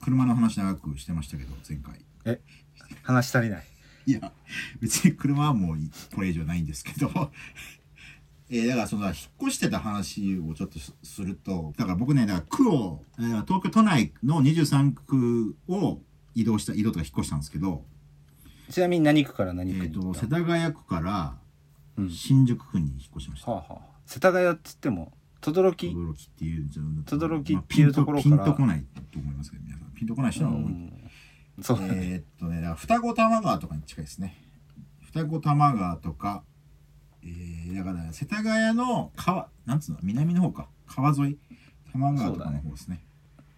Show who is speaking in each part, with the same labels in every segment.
Speaker 1: 車の話長くしてましたけど前回
Speaker 2: 話足りない。
Speaker 1: いや別に車はもういこれ以上ないんですけど えーだからその引っ越してた話をちょっとすするとだから僕ねだから区を、えー東京都内の23区を移動した移動とか引っ越したんですけど、
Speaker 2: ちなみに何区から
Speaker 1: え
Speaker 2: 何区
Speaker 1: ー、
Speaker 2: に行
Speaker 1: と
Speaker 2: った、
Speaker 1: 世田谷区から
Speaker 2: うん
Speaker 1: 新宿区に引っ越しました、
Speaker 2: はあはあ、世田谷っつっても轟
Speaker 1: 轟っていう
Speaker 2: 轟っていう
Speaker 1: まあピン
Speaker 2: ところか
Speaker 1: ピ
Speaker 2: ら
Speaker 1: ンとこないと思いますけど皆さんピンとこない人は多い、
Speaker 2: うんそうだね、
Speaker 1: えーっとねだから双子玉川とかに近いですね双子玉川とかえー、だから世田谷の川なんつうの南の方か川沿い玉川とかの方ですね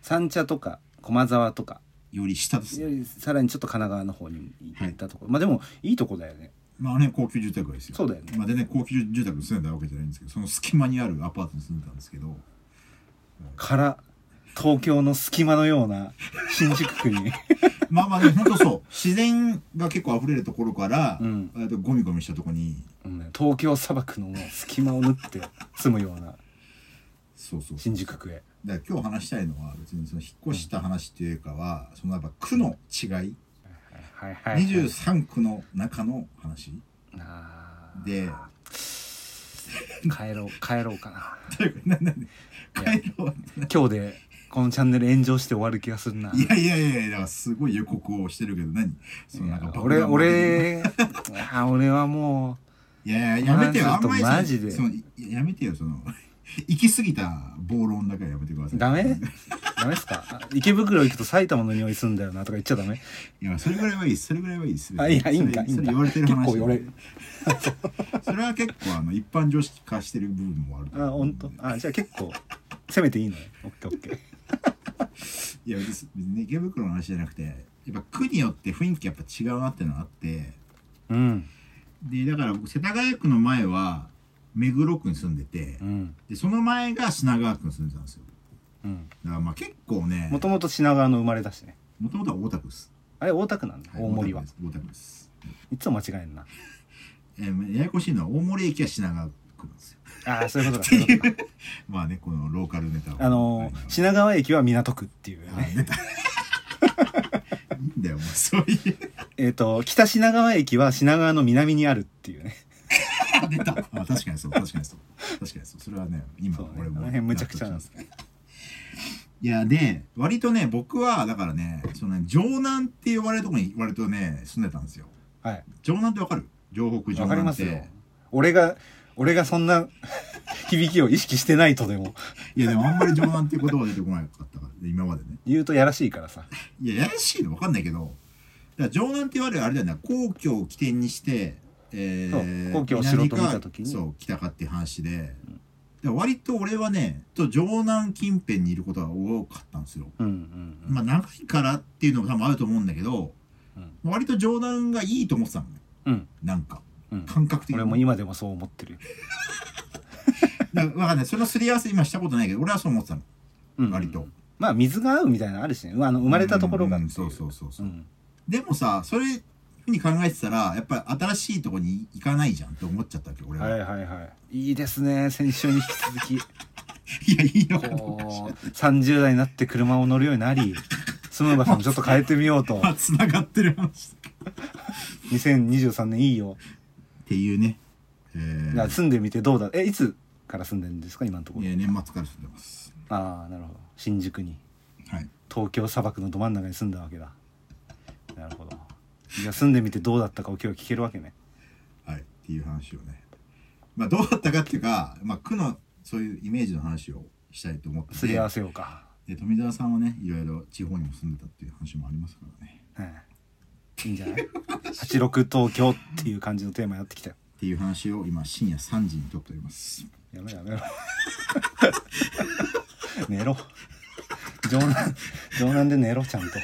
Speaker 2: 三茶とか駒沢とか
Speaker 1: より下です
Speaker 2: よ
Speaker 1: ね
Speaker 2: りさらにちょっと神奈川の方に行ったところ、まあでもいいとこだよね
Speaker 1: まあね高級住宅街ですよ
Speaker 2: そうだよね
Speaker 1: まあ全然高級住宅に住んでたわけじゃないんですけどその隙間にあるアパートに住んでたんですけど
Speaker 2: から東京の隙間のような新宿 区に
Speaker 1: まあまあでも本当 そう自然が結構溢れるところから、
Speaker 2: うん
Speaker 1: えーっとゴミゴミしたとこに
Speaker 2: うんね東京砂漠のもう隙間を縫って住むような
Speaker 1: そうそう
Speaker 2: 新宿区へ
Speaker 1: だから今日話したいのは別にその引っ越した話というかは、そのやっぱ区の違い
Speaker 2: はいはい、はい、
Speaker 1: 23区の中の話
Speaker 2: あー
Speaker 1: で、
Speaker 2: 帰ろう帰ろうかな
Speaker 1: というか、なんなんで、
Speaker 2: いや
Speaker 1: 帰ろうって
Speaker 2: 今日でこのチャンネル炎上して終わる気がするない
Speaker 1: やいやいやいや、だからすごい予告をしてるけど、何そのなんか
Speaker 2: いや
Speaker 1: 爆弾
Speaker 2: 俺
Speaker 1: 魔的な、
Speaker 2: 俺あー俺はも
Speaker 1: いやいや、やめてよ、
Speaker 2: まあ
Speaker 1: あんまりその
Speaker 2: マジで
Speaker 1: そのいややめてよ、その、行き過ぎた暴論だからやめてくださ
Speaker 2: う
Speaker 1: い。
Speaker 2: ダメダメっすかあ池袋行くと埼玉の匂いすんだよなとか言っちゃダメ
Speaker 1: いや、それぐらいはいい、それぐらいはいいです。
Speaker 2: あいやいいんか
Speaker 1: それ
Speaker 2: い
Speaker 1: そ
Speaker 2: いんか
Speaker 1: れ言われてる話
Speaker 2: 結構俺
Speaker 1: それは結構、あの、一般常識化してる部分もあると
Speaker 2: あ
Speaker 1: 思う
Speaker 2: 本
Speaker 1: んで
Speaker 2: 当。あじゃあ結構攻めていいのねオッケーオッケー
Speaker 1: いや、別にね池袋の話じゃなくて、やっぱ区によって雰囲気やっぱ違うなっていうのがあって、
Speaker 2: うん
Speaker 1: でだから僕世田谷区の前は目黒区に住んでて、
Speaker 2: うん
Speaker 1: でその前が品川区に住んでたんですよ
Speaker 2: うん
Speaker 1: だからまあ結構ね
Speaker 2: もともと品川の生まれだしね
Speaker 1: もともとは大田区です、
Speaker 2: あれ大田区なんだ
Speaker 1: はい
Speaker 2: 大森は
Speaker 1: 大田区です大田区です
Speaker 2: いつも間違えんな
Speaker 1: えーややこしいのは大森駅は品川区なんですよ
Speaker 2: ああそういうことかそういうことか
Speaker 1: まあねこのローカルネタを
Speaker 2: あのー品川駅は港区っていう
Speaker 1: はい
Speaker 2: ね
Speaker 1: ネタいいんだよもう そういう
Speaker 2: えっと北品川駅は品川の南にあるっていうね
Speaker 1: ネタあ確かにそう確かにそう確かにそうそれはね今
Speaker 2: そうね
Speaker 1: 俺
Speaker 2: あ
Speaker 1: も
Speaker 2: の辺むちゃくちゃなんです
Speaker 1: いやで割とね僕はだからねそのね城南って呼ばれるとこに割とね住んでたんですよ
Speaker 2: はい
Speaker 1: 城南ってわかる城北城
Speaker 2: わかり
Speaker 1: 南
Speaker 2: ま
Speaker 1: っ
Speaker 2: す
Speaker 1: て
Speaker 2: よ俺が俺がそんな 響きを意識してないとでも
Speaker 1: いやでもあんまり城南っていう言葉は出てこなかったからで今までね
Speaker 2: 言うとやらしいからさ
Speaker 1: いややらしいのわかんないけどだから城南って言われるあれだよね皇居を起点にして、えー、
Speaker 2: そう皇居を城と見た時に
Speaker 1: 南かそう北かっていう話で、で割と俺はねと城南近辺にいることが多かったんですよ
Speaker 2: うんうんうん、
Speaker 1: まあ長いからっていうのが多分あると思うんだけど、
Speaker 2: う
Speaker 1: 割と冗談がいいと思ってたのね
Speaker 2: うん
Speaker 1: なんか
Speaker 2: うん
Speaker 1: 感覚的に
Speaker 2: 俺も今でもそう思ってるよ、
Speaker 1: だからわかんないそのすり合わせ今したことないけど俺はそう思ってたの、
Speaker 2: うん、
Speaker 1: 割と
Speaker 2: まあ水が合うみたいなのあるしねあの生まれたところがっ
Speaker 1: う
Speaker 2: てい
Speaker 1: んそうそうそう
Speaker 2: う
Speaker 1: そう、
Speaker 2: ん
Speaker 1: でもさそれふうに考えてたらやっぱり新しいとこに行かないじゃんって思っちゃったわけ俺は、
Speaker 2: はい
Speaker 1: い、
Speaker 2: はいはいいいですね先週に引き
Speaker 1: や
Speaker 2: 続
Speaker 1: いいの
Speaker 2: き
Speaker 1: かどうか知ら
Speaker 2: こ
Speaker 1: な
Speaker 2: う
Speaker 1: い
Speaker 2: 30代になって車を乗るようになり住む場所もちょっと変えてみようと
Speaker 1: まあ繋がってる話だけど
Speaker 2: 2023年いいよ
Speaker 1: っていうねえ
Speaker 2: じゃあ
Speaker 1: ー、
Speaker 2: 住んでみてどうだえいつから住んでるんですか今のところ
Speaker 1: えー年末から住んでます
Speaker 2: ああなるほど新宿に
Speaker 1: はい
Speaker 2: 東京砂漠のど真ん中に住んだわけだなるほどいや住んでみてどうだったかを今日聞けるわけね
Speaker 1: はい、っていう話をね、まあ、どうだったかっていうか、まあ、区のそういうイメージの話をしたいと思って
Speaker 2: すり合わせようか、
Speaker 1: で富澤さんはねいろいろ地方にも住んでたっていう話もありますからね
Speaker 2: うん、いいんじゃない86東京っていう感じのテーマやってきたよ
Speaker 1: っていう話を今深夜3時に撮っております
Speaker 2: やめろやめろ 寝ろ城南城南で寝ろちゃんと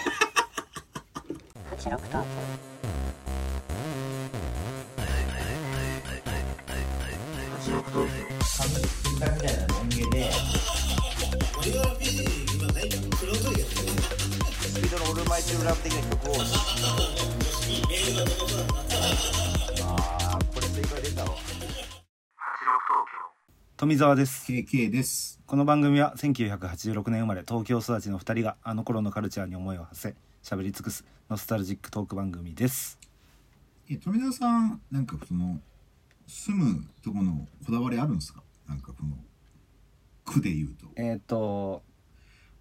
Speaker 2: 富澤です。
Speaker 1: KK です。
Speaker 2: この番組は1986年生まれ東京育ちの2人があの頃のカルチャーに思いを馳せ喋り尽くすノスタルジックトーク番組です
Speaker 1: え富澤さんなんかその住むとこのこだわりあるんですかなんかこの区で言うと
Speaker 2: えっ、と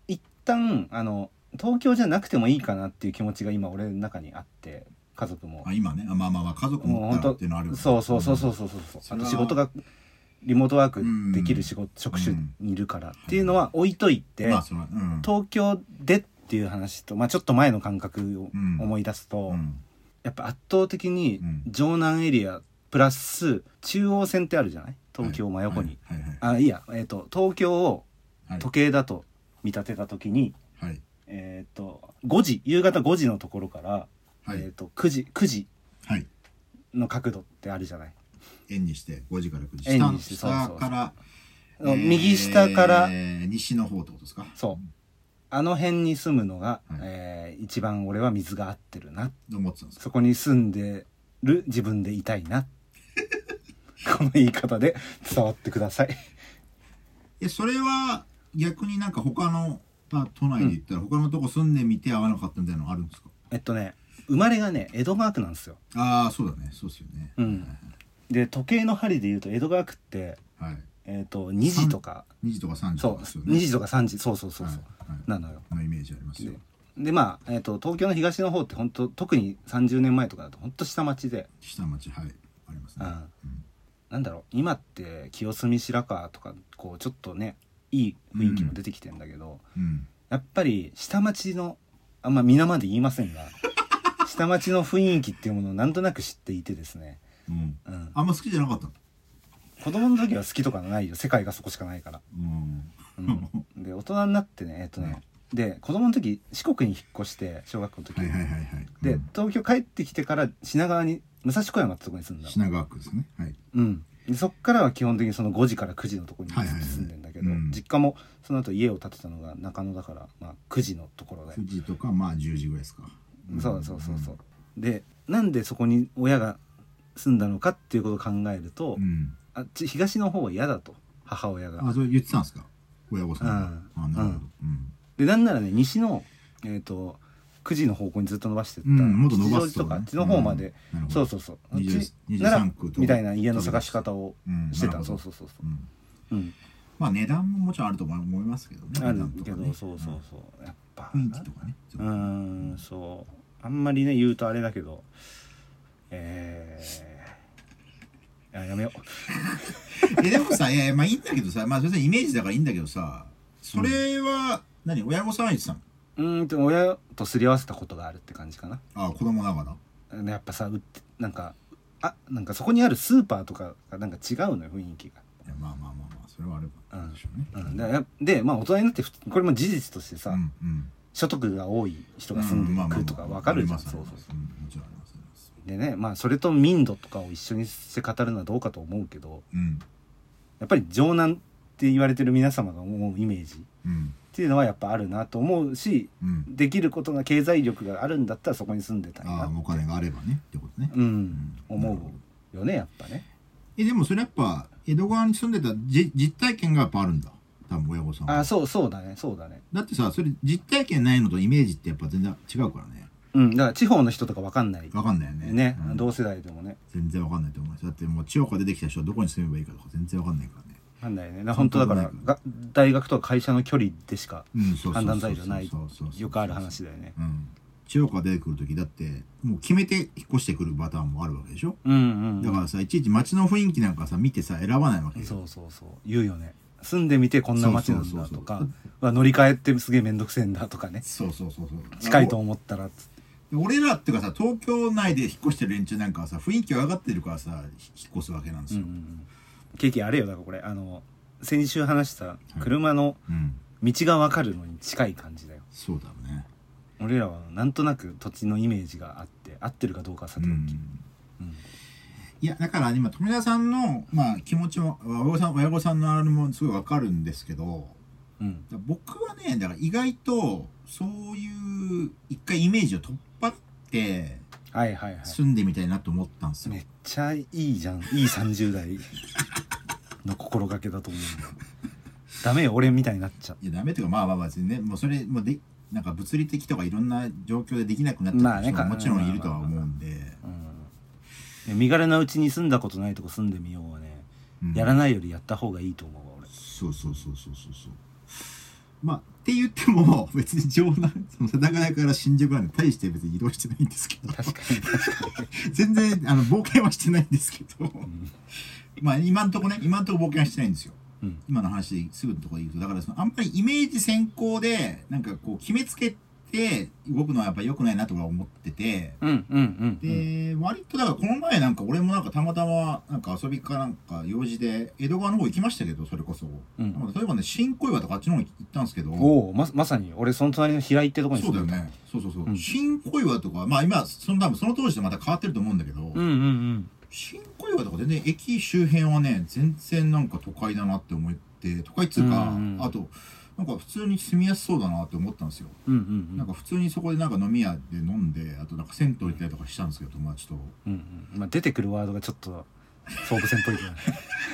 Speaker 2: 一旦あの東京じゃなくてもいいかなっていう気持ちが今俺の中にあって家族も
Speaker 1: あ今ねあまあまあまあ家族
Speaker 2: もう
Speaker 1: も
Speaker 2: 本
Speaker 1: っ
Speaker 2: 当
Speaker 1: ていうのあるよね
Speaker 2: そうそうそうそうそうそう
Speaker 1: そ
Speaker 2: あ
Speaker 1: れ
Speaker 2: と
Speaker 1: は
Speaker 2: 仕事がリモートワークできる仕事、職種にいるからっていうのは置いといて、
Speaker 1: まあそれはうん
Speaker 2: 東京でっていう話と、まあ、ちょっと前の感覚を
Speaker 1: うん
Speaker 2: 思い出すと、
Speaker 1: うん
Speaker 2: やっぱ圧倒的に
Speaker 1: うん
Speaker 2: 城南エリアプラス中央線ってあるじゃない東京真横に、
Speaker 1: はいはい
Speaker 2: あいいや、えっと東京を
Speaker 1: はい
Speaker 2: 時計だと見立てた時に、
Speaker 1: はい
Speaker 2: えっと5時夕方5時のところから、
Speaker 1: はいは
Speaker 2: えっ
Speaker 1: い
Speaker 2: と9時9時
Speaker 1: はい
Speaker 2: の角度ってあるじゃない
Speaker 1: 円にして5時から9時
Speaker 2: 円
Speaker 1: 下
Speaker 2: にしてそうそう
Speaker 1: 下
Speaker 2: そう
Speaker 1: から、
Speaker 2: あの右下から
Speaker 1: えー西の方ってことですか
Speaker 2: そうあの辺に住むのが、
Speaker 1: はい
Speaker 2: えー一番俺は水が合ってるな
Speaker 1: と思ってたんですか
Speaker 2: そこに住んでる自分でいたい なこの言い方で伝わってください
Speaker 1: えそれは逆になんか他のまあ都内で言ったら他のとこ住んでみて合わなかったみたいなのあるんですか
Speaker 2: えっとね生まれがね江戸川区なんですよ
Speaker 1: ああそうだねそうですよね
Speaker 2: うんで時計の針でいうと江戸川区って、
Speaker 1: はい
Speaker 2: えっと2時とか
Speaker 1: 2時とか3時
Speaker 2: そ
Speaker 1: と
Speaker 2: う
Speaker 1: かですよね
Speaker 2: 2時とか3時そうそうそうそう、
Speaker 1: はいはい
Speaker 2: なのよ
Speaker 1: のイメージありますよ
Speaker 2: ででまあ、えっと東京の東の方って本当特に30年前とかだと本当下町で、
Speaker 1: 下町はいあります
Speaker 2: う
Speaker 1: ね
Speaker 2: ん、なんだろう今って清澄白河とかこうちょっとねいい雰囲気も出てきてんだけど、
Speaker 1: うん
Speaker 2: やっぱり下町のあんま皆まで言いませんが下町の雰囲気っていうものをなんとなく知っていてですね、
Speaker 1: うん
Speaker 2: うん、
Speaker 1: あんま好きじゃなかったの
Speaker 2: 子供の時は好きとかないよ世界がそこしかないから、
Speaker 1: うん
Speaker 2: う ん、で大人になってねえっとねで子供の時四国に引っ越して小学校の時、
Speaker 1: はいはいはいはい
Speaker 2: で
Speaker 1: うん
Speaker 2: 東京帰ってきてから品川に武蔵小山ってとこに住んだの
Speaker 1: 品川区ですねはい
Speaker 2: うんでそっからは基本的にその5時から9時のとこに
Speaker 1: はいはいはい
Speaker 2: 住んでんだけど、
Speaker 1: うん
Speaker 2: 実家もその後家を建てたのが中野だから、まあ、9時のところで
Speaker 1: 9時とかまあ10時ぐらいですか
Speaker 2: そうそうそうそうでなんでそこに親が住んだのかっていうことを考えると、
Speaker 1: うん
Speaker 2: あっち東の方は嫌だと母親が
Speaker 1: あそれ言ってたんですか親御さん
Speaker 2: うん
Speaker 1: があなるほどうん
Speaker 2: でなんならね西のえっ、と9時の方向にずっと伸ばしてった、
Speaker 1: うんもっと
Speaker 2: 吉
Speaker 1: 伸ば
Speaker 2: 祥
Speaker 1: す
Speaker 2: 寺と
Speaker 1: と
Speaker 2: か
Speaker 1: か
Speaker 2: あ
Speaker 1: ね
Speaker 2: っちの方まで、
Speaker 1: うんなるほ
Speaker 2: そう
Speaker 1: ど
Speaker 2: そうそうあっ
Speaker 1: 20
Speaker 2: ち
Speaker 1: 23
Speaker 2: なら
Speaker 1: 区と
Speaker 2: みたいな家の探し方を
Speaker 1: うん
Speaker 2: してた、
Speaker 1: なるほ
Speaker 2: そ
Speaker 1: ど
Speaker 2: うそうそうそう、
Speaker 1: うん
Speaker 2: うん、
Speaker 1: まあ値段ももちろんあると思いますけどね
Speaker 2: あ
Speaker 1: 値
Speaker 2: る
Speaker 1: 段と
Speaker 2: け
Speaker 1: か
Speaker 2: ど、
Speaker 1: ね
Speaker 2: そうそうそうやっぱ
Speaker 1: 雰囲気とかね
Speaker 2: うーんそうあんまりね言うとあれだけどえー、いややめよう
Speaker 1: えでもさ、いやいやまあいいんだけどさ、まあそれはイメージだからいいんだけどさ、それは、何親御さんは言ってたの
Speaker 2: うーんと親とすり合わせたことがあるって感じかな
Speaker 1: ああ、子供ながら。
Speaker 2: でやっぱさうってなんかあなんかそこにあるスーパーとかがなんか違うのよ雰囲気が。
Speaker 1: いやまあまあまあまあ、それはあればでしょうね。
Speaker 2: うん、でやでまあ大人になってふこれも事実としてさ、
Speaker 1: うんうん。
Speaker 2: 所得が多い人が住んでくるとか分かるじゃん、
Speaker 1: そ
Speaker 2: そうう
Speaker 1: そ
Speaker 2: そうう
Speaker 1: そう。うんもちろんありますあります。
Speaker 2: でねまあそれと民度とかを一緒にして語るのはどうかと思うけど
Speaker 1: うん。
Speaker 2: やっぱり城南って言われてる皆様が思うイメージっ
Speaker 1: うん。
Speaker 2: ていうのはやっぱあるなと思うし
Speaker 1: うん。
Speaker 2: できることが経済力があるんだったらそこに住んでたい
Speaker 1: あ
Speaker 2: な
Speaker 1: あ、お金があればね、ってことね。
Speaker 2: うん
Speaker 1: うん
Speaker 2: 思うよねやっぱね。
Speaker 1: え、でもそれやっぱ、江戸川に住んでたじ実体験がやっぱあるんだ。多分親御さんは
Speaker 2: あそうそうだねそうだね。
Speaker 1: だってさ、それ実体験ないのとイメージってやっぱ全然違うからね。
Speaker 2: うん、だから地方の人とかわかんない
Speaker 1: わかんないよね。
Speaker 2: ね、
Speaker 1: うん
Speaker 2: 同世代でもね
Speaker 1: 全然わかんないと思いますだってもう千代子が出てきた人はどこに住めばいいかとか全然わかんないからね
Speaker 2: わかんないねだから本当だから
Speaker 1: 本当
Speaker 2: が大学とか会社の距離でしか
Speaker 1: うんそうそうそう
Speaker 2: 判断材料ない
Speaker 1: そうそうそうそう
Speaker 2: よくある話だよね
Speaker 1: うん千代子が出てくる時だってもう決めて引っ越してくるパターンもあるわけでしょ
Speaker 2: うんうん
Speaker 1: だからさいちいち街の雰囲気なんかさ見てさ選ばないわけよ
Speaker 2: そうそうそう言うよね住んでみてこんな街なんだ
Speaker 1: そうそう
Speaker 2: と
Speaker 1: そう
Speaker 2: か
Speaker 1: そう
Speaker 2: は乗り換えってすげえ面倒くせえんだとかね
Speaker 1: そうそうそうそう
Speaker 2: 近いと思ったらつって
Speaker 1: お俺らっていうかさ東京内で引っ越してる連中なんかはさ雰囲気分かってるからさひ引っ越すわけなんです
Speaker 2: うん
Speaker 1: よ
Speaker 2: うんうん経験あれよだからこれあの先週話した車の
Speaker 1: うん、
Speaker 2: 道が分かるのに近い感じだよ
Speaker 1: そうだろうね
Speaker 2: 俺らはなんとなく土地のイメージがあって合ってるかどうかはさ
Speaker 1: う
Speaker 2: ておき、うん
Speaker 1: んいやだから今富田さんの、まあ、気持ちも親御さん親御さんのあれもすごいわかるんですけど
Speaker 2: うん、
Speaker 1: だから僕はねだから意外とそういう一回イメージを取っ払って
Speaker 2: はいはいはい
Speaker 1: 住んでみたいなと思ったんですよ、
Speaker 2: めっちゃいいじゃんいい30代の心がけだと思うんだよダメよ俺みたいになっちゃう
Speaker 1: いやダメというかまあまあまあ別にねもうそれもうでなんか物理的とかいろんな状況でできなくなって
Speaker 2: まあね
Speaker 1: 人も
Speaker 2: か
Speaker 1: もちろんいるとは思うんで、
Speaker 2: うん、身軽なうちに住んだことないとこ住んでみようはね、
Speaker 1: うん
Speaker 2: やらないよりやった方がいいと思うわ俺
Speaker 1: そうそうそうそうそうそうまあって言っても別に城南その世田谷から新宿まで大して別に移動してないんですけど
Speaker 2: 確かに確かに
Speaker 1: 全然あの冒険はしてないんですけど
Speaker 2: ん
Speaker 1: まあ今んとこね今んとこ冒険はしてないんですよ
Speaker 2: うん
Speaker 1: 今の話ですぐのところで言うとだからそのあんまりイメージ先行でなんかこう決めつけて動くのはやっぱ良くないなとか思ってて
Speaker 2: うんうんうんうん
Speaker 1: で、割とだからこの前なんか俺もなんかたまたまなんか遊びかなんか用事で江戸川の方行きましたけどそれこそ、
Speaker 2: うん
Speaker 1: なんか例えばね新小岩とかあっちの方行ったんですけど
Speaker 2: おおままさに俺その隣の平井ってとこに
Speaker 1: そうだよ
Speaker 2: 住んでた
Speaker 1: ねそうそうそう、
Speaker 2: うん
Speaker 1: 新小岩とかまあ今その多分その当時とまた変わってると思うんだけど、
Speaker 2: うんうんうん
Speaker 1: 新小岩とか全然駅周辺はね全然なんか都会だなって思って都会っつうか、
Speaker 2: うんうん
Speaker 1: あとなんか普通に住みやすそうだなって思ったんですよ、
Speaker 2: うんう
Speaker 1: なん
Speaker 2: ん
Speaker 1: か普通にそこでなんか飲み屋で飲んであとなんか銭湯行ったりとかしたんですけど友達と。
Speaker 2: うんうんまあ出てくるワードがちょっと総武線っぽいけ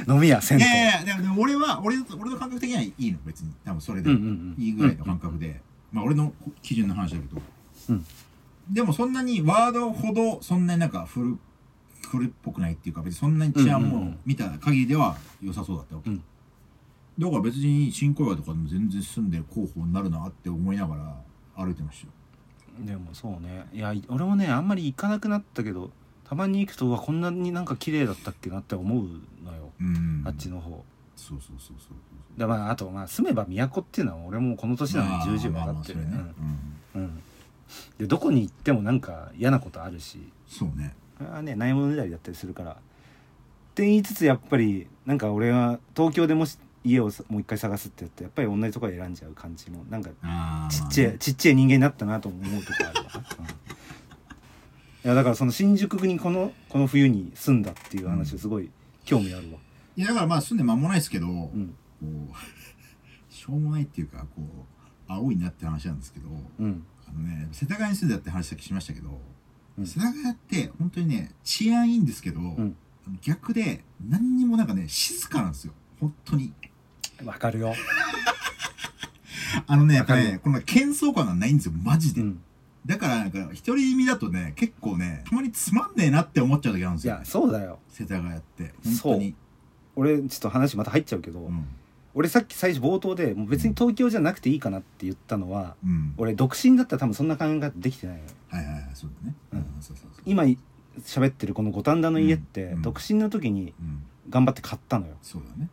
Speaker 2: ど飲み屋銭
Speaker 1: い
Speaker 2: 湯
Speaker 1: やいやでもでも俺は俺の俺の感覚的にはいいの別に多分それで、
Speaker 2: うんうんうん
Speaker 1: いいぐらいの感覚で、まあ俺の基準の話だけど、
Speaker 2: うん
Speaker 1: でもそんなにワードほどそんなになんか古古っぽくないっていうか別にそんなに治安
Speaker 2: うんうんう
Speaker 1: も
Speaker 2: ん
Speaker 1: 見た限りでは良さそうだったわけ、
Speaker 2: うん
Speaker 1: だから別に新小岩とかでも全然住んでる候補になるなって思いながら歩いてましたよ
Speaker 2: でもそうねいやい俺もねあんまり行かなくなったけどたまに行くとうわこんなになんか綺麗だったっけなって思うのよ、
Speaker 1: うん
Speaker 2: あっちの方
Speaker 1: そうそうそうそうそう
Speaker 2: だまああとまあ住めば都っていうのは俺もこの年なのに重々分かってる
Speaker 1: まあまあまあそれね、
Speaker 2: うん、うんでどこに行ってもなんか嫌なことあるし
Speaker 1: うんそうね
Speaker 2: これはねないものねだりだったりするからって言いつつやっぱりなんか俺は東京でもし家をさもう一回探すってやってやっぱり同じところ選んじゃう感じもなんか
Speaker 1: あー
Speaker 2: ちっちゃ
Speaker 1: まあ
Speaker 2: いちっちゃい人間になったなと思うとこあ るわ、うんいやだからその新宿にこのこの冬に住んだっていう話はすごい興味あるわ
Speaker 1: いやだからまあ住んで間もないですけど、
Speaker 2: うん
Speaker 1: こうしょうもないっていうかこう青いなって話なんですけど
Speaker 2: うん
Speaker 1: あのね世田谷に住んでたって話さっきしましたけど、
Speaker 2: うん
Speaker 1: 世田谷って本当にね治安いいんですけど、
Speaker 2: ん
Speaker 1: あの逆で何にもなんかね静かなんですよ本当に
Speaker 2: わかるよ、
Speaker 1: あのねや
Speaker 2: わ
Speaker 1: っぱ
Speaker 2: かる
Speaker 1: ねこの喧騒感がないんですよマジ
Speaker 2: う
Speaker 1: で、
Speaker 2: ん、
Speaker 1: だからなんか独り身だとね結構ねたまにつまんねえなって思っちゃう時あるんで
Speaker 2: い
Speaker 1: すよ
Speaker 2: やそうだよ
Speaker 1: 世田谷って本当に
Speaker 2: 俺ちょっと話また入っちゃうけど、
Speaker 1: う、ん
Speaker 2: 俺さっき最初冒頭でもう別に東京じゃなくていいかなって言ったのは
Speaker 1: うん、
Speaker 2: 俺独身だったら多分そんな考え方できてないのよ
Speaker 1: はいはいはいそうだね、
Speaker 2: うん
Speaker 1: そうそうそう
Speaker 2: 今い喋ってるこの五反田の家って、
Speaker 1: うんうん
Speaker 2: 独身の時に
Speaker 1: うん
Speaker 2: 頑張って買ったのよ
Speaker 1: そうだね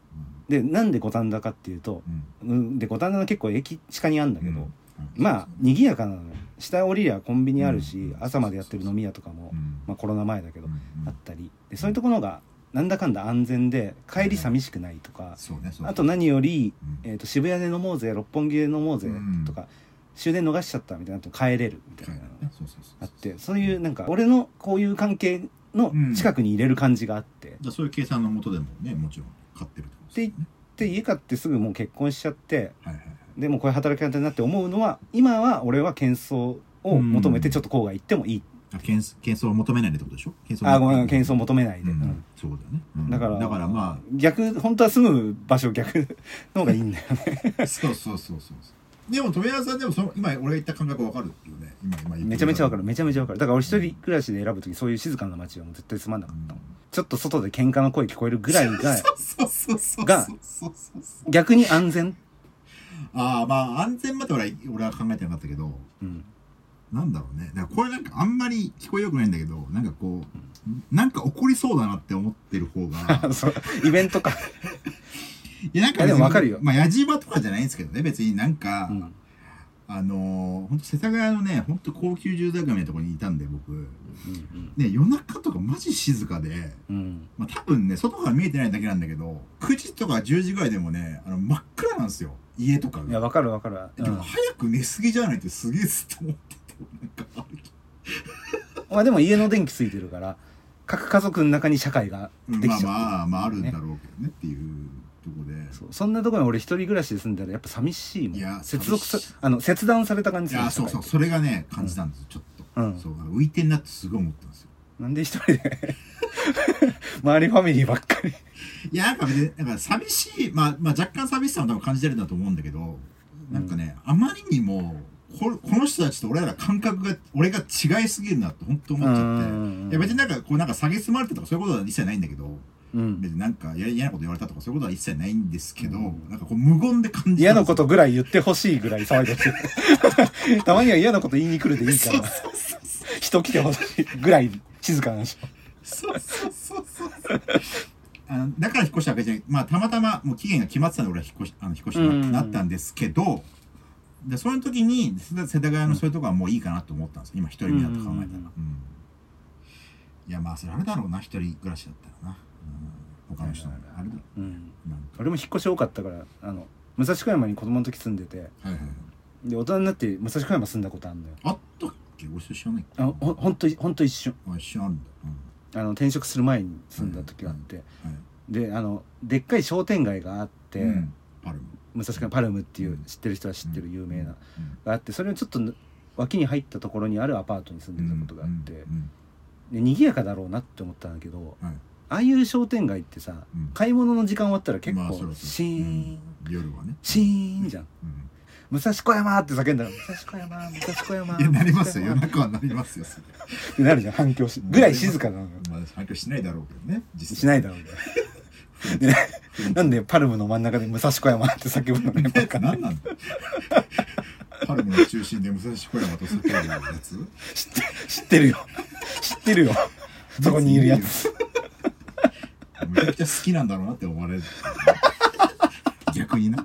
Speaker 2: でなんで五反田かっていうと、
Speaker 1: うんうん
Speaker 2: うん、で五反田の結構駅近にあるんだけど、
Speaker 1: うん
Speaker 2: まあ賑やかなのよ下降りりゃコンビニあるし、
Speaker 1: うん
Speaker 2: 朝までやってる飲み屋とかも、
Speaker 1: うん
Speaker 2: まあ、コロナ前だけど、
Speaker 1: うんうん
Speaker 2: あったりでそういうところがなんだかんだ安全で帰り寂しくないとか、
Speaker 1: そうねそうね
Speaker 2: あと何より、
Speaker 1: うん
Speaker 2: えー、と渋谷で飲もうぜ六本木で飲もうぜ
Speaker 1: うん
Speaker 2: とか、終電逃しちゃったみたいなと帰れるみた
Speaker 1: はいい
Speaker 2: なのが
Speaker 1: ねそうそうそう
Speaker 2: あってそういうなんか俺のこういう関係の近くに入れる感じがあって、
Speaker 1: だそういう計算のもとでもねもちろん買ってるってことですよね
Speaker 2: で家買ってすぐもう結婚しちゃって
Speaker 1: はいはいはい
Speaker 2: でもうこういう働き方になって思うのは今は俺は喧騒を求めてちょっと郊外行ってもいい、
Speaker 1: あ喧喧騒を求めないってことでしょ喧騒
Speaker 2: あごめん喧騒求めない
Speaker 1: うん
Speaker 2: で、うん
Speaker 1: そうだね、うん
Speaker 2: だから
Speaker 1: だからま
Speaker 2: 逆本当は住む場所逆の方がいいんだよね
Speaker 1: あそうそうそうそうそうでも富山さんでもその今俺が言った感覚わかるよね今今言って
Speaker 2: めちゃめちゃわかるめ
Speaker 1: ち
Speaker 2: ちゃめちゃわかるだから俺一人暮らしで選ぶ時そういう静かな街はもう絶対つまんなかったもん、
Speaker 1: うん
Speaker 2: ちょっと外で喧嘩の声聞こえるぐらい が
Speaker 1: そうそうそう
Speaker 2: が
Speaker 1: そうそうそうそう
Speaker 2: 逆に安全、
Speaker 1: ああまあ安全まで俺は俺は考えてなかったけど
Speaker 2: うん、。
Speaker 1: なんだろうね。だからこれなんかあんまり聞こえよくないんだけど、なんかこう、なんか怒りそうだなって思ってる方が
Speaker 2: そうイベントか、
Speaker 1: いや、なんか別に
Speaker 2: いやでもわかるよ
Speaker 1: まあ、矢島とかじゃないんですけどね、別になんか、
Speaker 2: うん
Speaker 1: あのー、ほんと世田谷のね、ほんと高級住宅街のところにいたんで、僕。
Speaker 2: うん
Speaker 1: ね、夜中とかマジ静かで、
Speaker 2: うん
Speaker 1: まあ多分ね、外から見えてないだけなんだけど、9時とか10時ぐらいでもね、あの、真っ暗なんですよ。家とか
Speaker 2: いや
Speaker 1: が。
Speaker 2: わかるわかる、う
Speaker 1: で
Speaker 2: ん
Speaker 1: も、早く寝すぎじゃないってすげえずっと思ってて、なんか歩き
Speaker 2: まあでも家の電気ついてるから各家族の中に社会が
Speaker 1: うん
Speaker 2: で
Speaker 1: ま
Speaker 2: き
Speaker 1: あ
Speaker 2: ちゃってる
Speaker 1: まあまああるんだろうけどねっていうとこで
Speaker 2: そうそんなところに俺一人暮らしで住んだらやっぱ寂しいもん
Speaker 1: いや
Speaker 2: 接続さ
Speaker 1: 寂しい
Speaker 2: あの切断された感じ
Speaker 1: い
Speaker 2: する
Speaker 1: やそうそう
Speaker 2: 社
Speaker 1: それがね感じたんですちょっと、
Speaker 2: うん
Speaker 1: そう浮いてんなってすごい思ったんですよ
Speaker 2: 会なんで一人で周りファミリーばっかり
Speaker 1: いや、なんかね、なんか寂しい、まあ、まあ、若干寂しさも多分感じてるんだと思うんだけど、なんかね、あまりにも、ここの人たちと俺ら感覚が、俺が違いすぎるなって本当思っちゃって。いや別になんか、こうなんか下げまれてとかそういうことは一切ないんだけど、
Speaker 2: うん
Speaker 1: 別になんかや嫌なこと言われたとかそういうことは一切ないんですけど、
Speaker 2: うん
Speaker 1: なんかこう無言で感じ
Speaker 2: 嫌
Speaker 1: たんですよ
Speaker 2: なことぐらい言ってほしいぐらい騒いでほしいたまには嫌なこと言いに来るでいいか
Speaker 1: そう
Speaker 2: ら
Speaker 1: そうそうそう。
Speaker 2: 人来てほしいぐらい静かなし
Speaker 1: そうそうそうそうそう。あのだから引っ越したわけじゃない。まあたまたまもう期限が決まってたので俺は引っ越しあの引っ越しにな,、
Speaker 2: うん
Speaker 1: ったんですけど、でその時に世田世田谷のそういうとこはもういいかなと思ったんですよ。今一人目だと考えたら。
Speaker 2: うん
Speaker 1: うんいやまあそれあれだろうな一人暮らしだったらな。うん、他の人もあれだろ
Speaker 2: うん
Speaker 1: うなんか
Speaker 2: 俺も引っ越し多かったからあの武蔵小山に子供の時住んでて
Speaker 1: はいはいはい。
Speaker 2: で大人になって武蔵小山住んだことあるのよ
Speaker 1: あったっけ俺それ知らないっけ
Speaker 2: あほほんとほんと一瞬
Speaker 1: あ一緒あるんだ。
Speaker 2: あの転職する前に住んだ時があって、
Speaker 1: うんはい
Speaker 2: であのでっかい商店街があって、
Speaker 1: うんパルム。
Speaker 2: 武蔵小山パルムってい
Speaker 1: う
Speaker 2: う
Speaker 1: ん
Speaker 2: 知ってる人は知ってる有名な
Speaker 1: うん
Speaker 2: があってそれのちょっと脇に入ったところにあるアパートに住んでたことがあって、
Speaker 1: うん
Speaker 2: で賑やかだろうなって思ったんだけど
Speaker 1: うんはい
Speaker 2: ああいう商店街ってさ
Speaker 1: うん
Speaker 2: 買い物の時間終わったら結
Speaker 1: まあそろ
Speaker 2: 構
Speaker 1: そろ
Speaker 2: シーン、
Speaker 1: うん夜はね。
Speaker 2: シーンじゃん
Speaker 1: うん
Speaker 2: 「武蔵小山!」って叫んだら「武蔵小山武蔵小山」
Speaker 1: いや、なりますよ。
Speaker 2: 武
Speaker 1: 夜
Speaker 2: 蔵小山
Speaker 1: 中はなりますよ。それ
Speaker 2: ってなるじゃん反響しぐらい静かなのよ
Speaker 1: まあ、反響しないだろうけどね。実
Speaker 2: しないだろうね なんでパルムの真ん中で「武蔵小山」って叫ぶのねバカ
Speaker 1: ろ。 何なんだパルムの中心で武蔵小山と叫ぶやつ
Speaker 2: 知って知ってるよ知ってるよそこにいるやつ
Speaker 1: めちゃくちゃ好きなんだろうなって思われる。逆にな。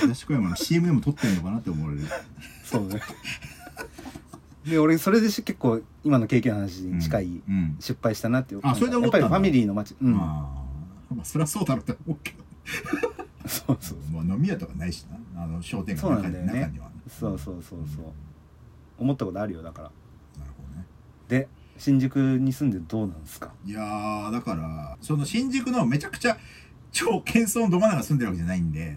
Speaker 1: 武蔵小山の CM でも撮ってんのかなって思われる。
Speaker 2: そうねで俺それでし結構今の経験の話に近い、
Speaker 1: うん。うん
Speaker 2: 失敗したなって
Speaker 1: あそれで思ったんだ
Speaker 2: やっぱりファミリーの街うん、
Speaker 1: まあ、まあ、そりゃそうだろうって思うけど。
Speaker 2: そうそう
Speaker 1: まあ、飲み屋とかないしな。あの、商店街の中に,、
Speaker 2: そうなんだよね
Speaker 1: 中にはね。
Speaker 2: そうそうそうそう思ったことあるよだから
Speaker 1: なるほどね。
Speaker 2: で新宿に住んでどうなんですか
Speaker 1: いやーだからその新宿のめちゃくちゃ超喧騒のど真ん中住んでるわけじゃないんで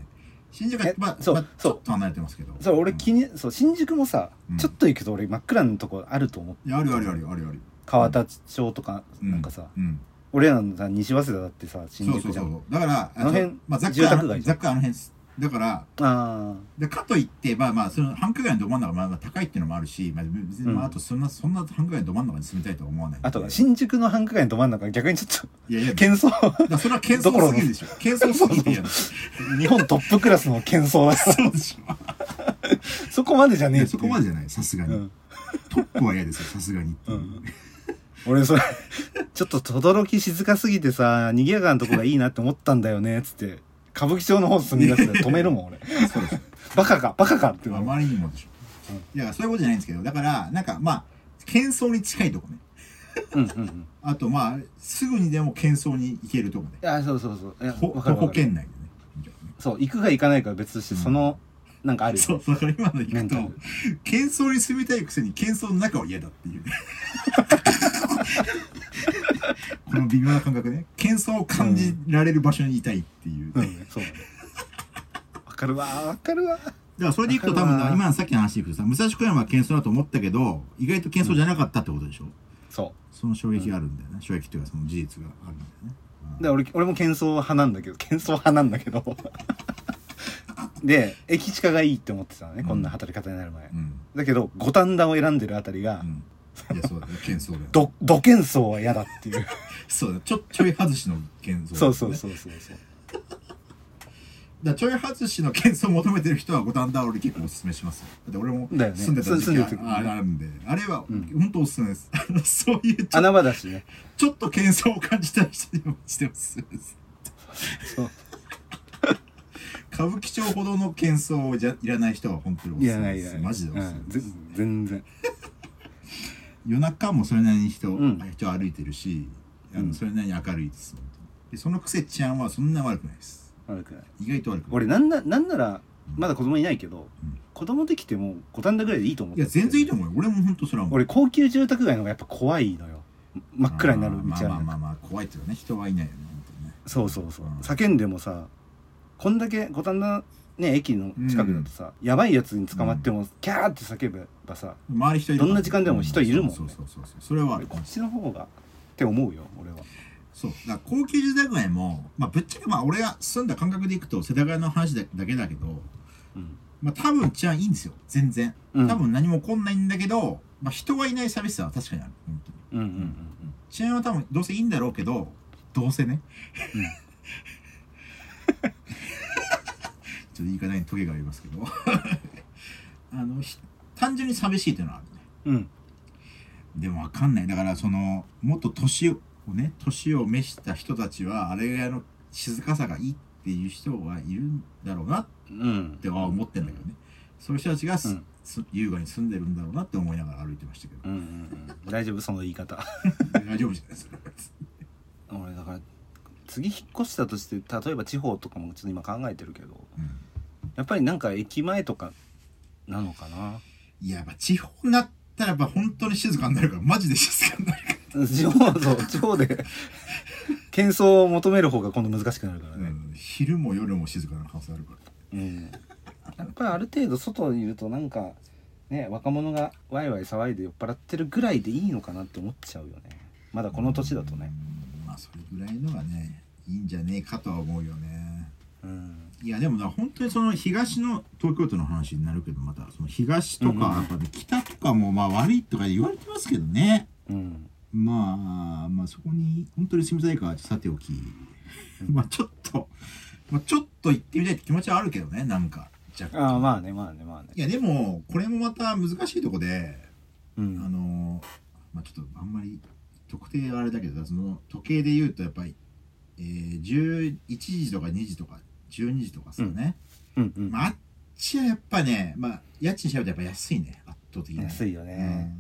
Speaker 1: 新宿は
Speaker 2: え
Speaker 1: まあ
Speaker 2: そう
Speaker 1: まあち
Speaker 2: そう
Speaker 1: ょっと離れてますけど
Speaker 2: そう俺
Speaker 1: ん
Speaker 2: 気に、そう新宿もさ、
Speaker 1: うん
Speaker 2: ちょっと行くと俺真っ暗なとこあると思う
Speaker 1: いやあるあるあるあるある
Speaker 2: 川田町とか、
Speaker 1: うん
Speaker 2: なんかさ
Speaker 1: うん
Speaker 2: 俺らのさ西早稲田だってさ新
Speaker 1: そうそ
Speaker 2: 宿
Speaker 1: う
Speaker 2: じ
Speaker 1: そ
Speaker 2: ゃん
Speaker 1: うだから
Speaker 2: あの辺
Speaker 1: ちょまあざっく
Speaker 2: 住
Speaker 1: りあ
Speaker 2: 宅
Speaker 1: の
Speaker 2: 街じ
Speaker 1: ざ
Speaker 2: ゃ
Speaker 1: っ
Speaker 2: ん
Speaker 1: くりあの辺ですだから
Speaker 2: あ
Speaker 1: でかといってまあまあその繁華街のど真ん中まあまあ高いっていうのもあるしまあ別にまあ
Speaker 2: う
Speaker 1: あ
Speaker 2: ん
Speaker 1: とそんなそんな繁華街のど真ん中に住みたいとは思わないんで
Speaker 2: ああと新宿の繁華街のど真ん中逆にちょっ
Speaker 1: いやいや
Speaker 2: と喧騒
Speaker 1: だからそれは喧騒すぎるで しょ喧騒すぎるやんそ
Speaker 2: 日本トップクラスの喧騒だ
Speaker 1: うでしょ
Speaker 2: そこまでじゃねえ
Speaker 1: い
Speaker 2: っ
Speaker 1: や
Speaker 2: てい
Speaker 1: そうこまでじゃないさすが
Speaker 2: う
Speaker 1: に
Speaker 2: ん
Speaker 1: トップは嫌ですよさすがにっていううん
Speaker 2: 俺それ ちょっと轟静かすぎてさ賑やかなとこがいいなって思ったんだよねっつって歌舞伎町の方住み出すから止めるもん俺
Speaker 1: そうでしょ
Speaker 2: バカかバカかって
Speaker 1: あ
Speaker 2: 思う
Speaker 1: まりにもでしょ、いやそういうことじゃないんですけどだからなんかまあ喧騒に近いとこね
Speaker 2: うんうんうん
Speaker 1: あとまあすぐにでも喧騒に行けるとこね
Speaker 2: いやそうそうそういや
Speaker 1: ほ
Speaker 2: わか
Speaker 1: 徒
Speaker 2: るわ
Speaker 1: 歩
Speaker 2: かる
Speaker 1: 圏内でねみたいなね
Speaker 2: そう行くか行かないかは別としてその、なんかある
Speaker 1: そ
Speaker 2: よ
Speaker 1: うだから今の行
Speaker 2: メ
Speaker 1: く
Speaker 2: ン
Speaker 1: と
Speaker 2: タル
Speaker 1: 喧騒に住みたいくせに喧騒の中は嫌だっていうねこの微妙な感覚ね喧騒を感じられる場所にいたいっていう、
Speaker 2: う
Speaker 1: だか
Speaker 2: んそうだねわかるわわかるわ
Speaker 1: らそれでいくと多分な今のさっきの話でいくとさ武蔵小山は喧騒だと思ったけど意外と喧騒じゃなかったってことでしょ、
Speaker 2: そ
Speaker 1: その衝撃があるんだよね、衝撃というかその事実があるんだよね
Speaker 2: うで俺俺も喧騒派なんだけど喧騒派なんだけど で駅近がいいって思ってたのね、こんな働き方になる前
Speaker 1: うん
Speaker 2: だけど五反田を選んでるあたりが、
Speaker 1: うんいやそうだね喧騒だよ
Speaker 2: ど、どけんそうは嫌だっ ていう。
Speaker 1: そうだちょちょい外しの喧騒、ね、
Speaker 2: そうそう
Speaker 1: だか
Speaker 2: そうそうそう。
Speaker 1: らちょい外しの喧騒を求めてる人は五反田俺結構おすすめしますよだって俺も
Speaker 2: だよね
Speaker 1: 住んでた時期
Speaker 2: 住
Speaker 1: が
Speaker 2: んでる時
Speaker 1: ああるんであれは
Speaker 2: うん
Speaker 1: 本当おすすめです、あのそういうちょ
Speaker 2: 穴場だしね。
Speaker 1: ちょっと喧騒を感じた人にもしてます
Speaker 2: そう。
Speaker 1: 歌舞伎町ほどの喧騒じゃいらない人は本当にお
Speaker 2: い
Speaker 1: す
Speaker 2: や
Speaker 1: す
Speaker 2: な
Speaker 1: め
Speaker 2: い
Speaker 1: で
Speaker 2: や
Speaker 1: す
Speaker 2: ない。
Speaker 1: マジでおすすめ
Speaker 2: うん
Speaker 1: です、
Speaker 2: ぜ全然。
Speaker 1: 夜中もそれなりに人,、
Speaker 2: うん
Speaker 1: 人歩いてるしあ
Speaker 2: う
Speaker 1: の
Speaker 2: ん
Speaker 1: それなりに明るいです、でそのくせ治安はそんな悪くないです
Speaker 2: 悪くない。
Speaker 1: 意外と悪くない
Speaker 2: 俺、なんな、なんなら、まだ子供いないけど、
Speaker 1: うん
Speaker 2: 子供できても五反田ぐらいでいいと思う。
Speaker 1: いや全然いいと
Speaker 2: 思
Speaker 1: 思うよ俺も本当それはもう
Speaker 2: 俺、高級住宅街の方がやっぱ怖いのよ。真っ暗になる道
Speaker 1: まあ
Speaker 2: ある
Speaker 1: まあ
Speaker 2: の
Speaker 1: まあまあ怖いっていうかね人はいないよね本当にね
Speaker 2: そうそうそう
Speaker 1: うん。
Speaker 2: 叫んでもさ、こんだけ五反田ね駅の近くだとさ、やばいやつに捕まってもキャーって叫べばさ、
Speaker 1: 周り人いる
Speaker 2: どんな時間でも人いるもんね
Speaker 1: そうそうそうそうそれはある
Speaker 2: こっちの方がって思うよ俺は
Speaker 1: そうだから高級住宅街も、まあ、ぶっちゃけまあ俺が住んだ感覚でいくと世田谷の話だだけだけど、
Speaker 2: うん
Speaker 1: まあ、多分治安いいんですよ全然
Speaker 2: うん
Speaker 1: 多分何も起こんないんだけど、まあ、人はいない寂しさは確かにある本当に
Speaker 2: うんうん
Speaker 1: 治安は多分どうせいいんだろうけどどうせね、
Speaker 2: う ん
Speaker 1: ちょっと言い方にトゲがありますけど あのひ単純に寂しいというのはあるね
Speaker 2: うんうん
Speaker 1: でもわかんないだからそのもっと年をね年を召した人たちはあれぐらいの静かさがいいっていう人はいるんだろうなっ
Speaker 2: うん
Speaker 1: て思ってんだけどね、そういう人たちがす、
Speaker 2: うん
Speaker 1: す優雅に住んでるんだろうなって思いながら歩いてましたけど
Speaker 2: うんうんうん大丈夫その言い方
Speaker 1: 大丈夫じゃないですか
Speaker 2: 俺だから次引っ越したとして例えば地方とかもちょっと今考えてるけど
Speaker 1: うん
Speaker 2: やっぱりなんか駅前とかなのかない
Speaker 1: や、やっぱ地方になったらやっぱ本当に静かになるから、マジで静かになるか
Speaker 2: 地方そう地方で 喧騒を求める方が今度難しくなるから
Speaker 1: ら、
Speaker 2: ね、
Speaker 1: 昼も夜も静かなはずあるから。
Speaker 2: うん、やっぱりある程度外にいるとなんかね若者がワイワイ騒いで酔っ払ってるぐらいでいいのかなって思っちゃうよねまだこの年だとね
Speaker 1: まあ、それぐらいのがね、いいんじゃねえかとは思うよね。
Speaker 2: うん
Speaker 1: いや、でもな、本当にその東の東京都の話になるけど、また、その東とか、
Speaker 2: うんう
Speaker 1: や
Speaker 2: ん
Speaker 1: っぱね、北とかも、まあ悪いとか言われてますけどね。
Speaker 2: うん
Speaker 1: まあ、まあそこに、本当に住みたいかはさておき、まあちょっと、まあちょっと行ってみたいって気持ちはあるけどね、なんか。若干
Speaker 2: ああまあねまあねまあね
Speaker 1: いや、でも、これもまた難しいとこで、
Speaker 2: う
Speaker 1: あ
Speaker 2: ん
Speaker 1: のまあちょっとあんまり特定はあれだけどその時計で言うとやっぱり、えー、11時とか2時とか12時とかさね、
Speaker 2: うんうん
Speaker 1: まああっちはやっぱね、まあ、家賃調べてやっぱ安いね圧倒的に、
Speaker 2: 安いよね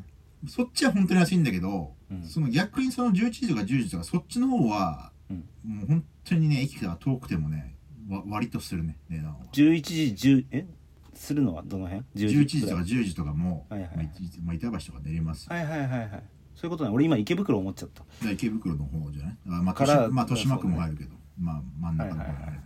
Speaker 1: うんそっちは本当に安いんだけど、
Speaker 2: うん
Speaker 1: その逆にその11時とか10時とかそっちの方は、
Speaker 2: うん
Speaker 1: もう本当にね駅から遠くてもねわ割とするね値段は。
Speaker 2: 11時10えするのはどの辺
Speaker 1: 11時
Speaker 2: く
Speaker 1: と
Speaker 2: ら
Speaker 1: か
Speaker 2: い
Speaker 1: 10時とかも、
Speaker 2: はいはい
Speaker 1: まあ一時まあ、板橋とか練りますよ
Speaker 2: はいはいはいはいそういうことね俺今池袋思っちゃった
Speaker 1: だから池袋の方じゃないあまあ、
Speaker 2: から
Speaker 1: 豊島まあ、豊島区も入るけど、まあ、真ん中の方に入るけど、
Speaker 2: はいはいは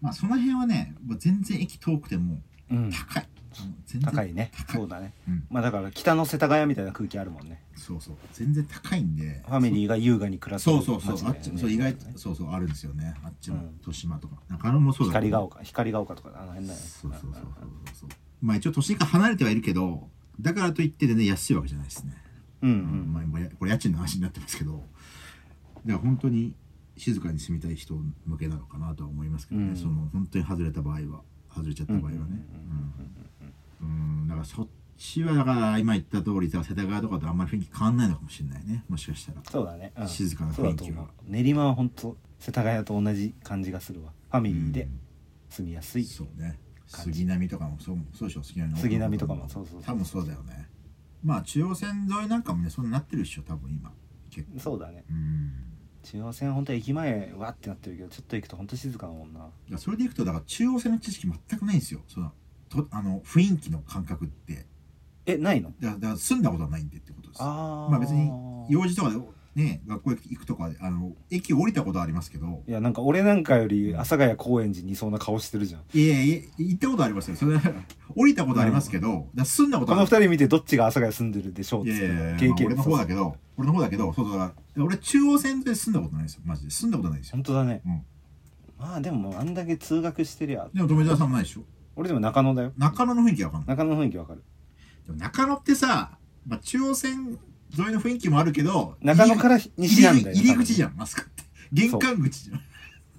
Speaker 1: まあ、その辺はね、まあ、全然駅遠くても
Speaker 2: うん
Speaker 1: 高い、あの全然
Speaker 2: 高いねそうだね、
Speaker 1: うん
Speaker 2: まあだから北の世田谷みたいな空気あるもんね
Speaker 1: そうそう全然高いんで
Speaker 2: ファミリーが優雅に暮らせる
Speaker 1: そうそうそうそう、
Speaker 2: 街
Speaker 1: あっち
Speaker 2: だよね
Speaker 1: そう意外とそうそうあるんですよねあっちも、
Speaker 2: うん
Speaker 1: 豊島とか中野もそうだけ
Speaker 2: 光
Speaker 1: ど
Speaker 2: が丘光が丘とかあの辺だよね
Speaker 1: そうそうそうそうそうまあ一応都心から離れてはいるけどだからといってね安いわけじゃないですね、
Speaker 2: うんう
Speaker 1: ま
Speaker 2: ん
Speaker 1: あ、もうやこれ家賃の話になってますけどだから本当に静かに住みたい人向けなのかなとは思いますけどね、
Speaker 2: うん
Speaker 1: その本当に外れた場合は外れちゃった場合はねうんうんだからそっちはだから今言った通りさ世田谷とかとあんまり雰囲気変わんないのかもしれないねもしかしたら
Speaker 2: そうだね、うん
Speaker 1: 静かな雰囲気は
Speaker 2: そうだと思う練馬は本当世田谷と同じ感じがするわファミリーで住みやすい、
Speaker 1: そうね
Speaker 2: 感じ
Speaker 1: 杉並とかもそうそうでしょ杉並
Speaker 2: 杉並とかもそうそうそう
Speaker 1: 多分そうだよねまあ中央線沿いなんかもねそんななってるでしょ多分今結構
Speaker 2: そうだね
Speaker 1: うん
Speaker 2: 中央線本当駅前わってなってるけどちょっと行くと本当静かだもんな
Speaker 1: だからそれでいくとだから中央線の知識全くないんですよそのとあの雰囲気の感覚って
Speaker 2: えないの
Speaker 1: だからだから住んだことはないんでってことです
Speaker 2: あー
Speaker 1: まあ別に用事とかでね学校行くとかであの駅降りたことはありますけど
Speaker 2: いやなんか俺なんかより阿佐ヶ谷高円寺にいそうな顔してるじゃん
Speaker 1: いやいや行ったことありますよそれ 降りたことありますけど、だから住んだことは
Speaker 2: この二人見てどっちが阿佐ヶ谷住んでるでしょうっ
Speaker 1: い
Speaker 2: つ
Speaker 1: や
Speaker 2: っ
Speaker 1: い
Speaker 2: て
Speaker 1: やいや
Speaker 2: 経
Speaker 1: まあ
Speaker 2: 験
Speaker 1: 俺の方だけど俺の方だけどそうそうだから俺中央線で住んだことないですよマジで住んだことないですよ
Speaker 2: 本当だね、
Speaker 1: うん
Speaker 2: まあでもあんだけ通学してりゃ
Speaker 1: でも富澤さんもないでしょ
Speaker 2: 俺でも中野だよ
Speaker 1: 中野の雰囲気わかんない
Speaker 2: 中野の雰囲気わかる
Speaker 1: でも中野ってさ、まあ、中央線沿いの雰囲気もあるけど
Speaker 2: 中野から西なんだよ
Speaker 1: 入り入り口じゃんマスカって玄関口じゃん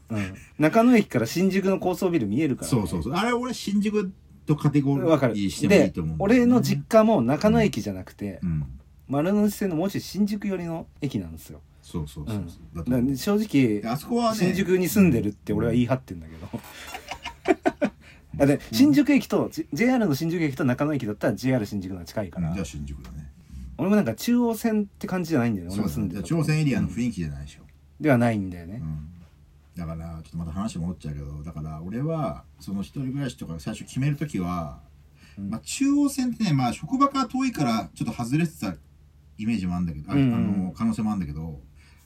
Speaker 2: うん、中野駅から新宿の高層ビル見えるから、ね、
Speaker 1: そうそうそうあれ俺新宿とカテゴリ
Speaker 2: わかる
Speaker 1: ーしてもいい
Speaker 2: で
Speaker 1: と思うんだよね
Speaker 2: 俺の実家も中野駅じゃなくて、
Speaker 1: うん
Speaker 2: 丸の内線のもうちょい新宿寄りの駅なんですよ、
Speaker 1: そうそう
Speaker 2: う、
Speaker 1: そうんだ
Speaker 2: だ
Speaker 1: って
Speaker 2: から正直
Speaker 1: であそこはね
Speaker 2: 新宿に住んでるって俺は言い張ってんだけどだって新宿駅と J- JR の新宿駅と中野駅だったら JR 新宿の方が近いか
Speaker 1: うん
Speaker 2: ら
Speaker 1: じゃあ新宿だね
Speaker 2: 俺もなんか中央線って感じじゃないんだよね
Speaker 1: そう
Speaker 2: 俺
Speaker 1: だね
Speaker 2: も住んで
Speaker 1: じゃ
Speaker 2: る
Speaker 1: あ中央線エリアの雰囲気じゃないでしょ
Speaker 2: ではないんだよ
Speaker 1: う
Speaker 2: ね
Speaker 1: んだからちょっとまた話戻っちゃうけどだから俺はその一人暮らしとか最初決めるときは、
Speaker 2: うん
Speaker 1: まあ、中央線ってね、まあ、職場から遠いからちょっと外れてたイメージもあるんだけど、あ
Speaker 2: うんうん
Speaker 1: あの可能性もあるんだけど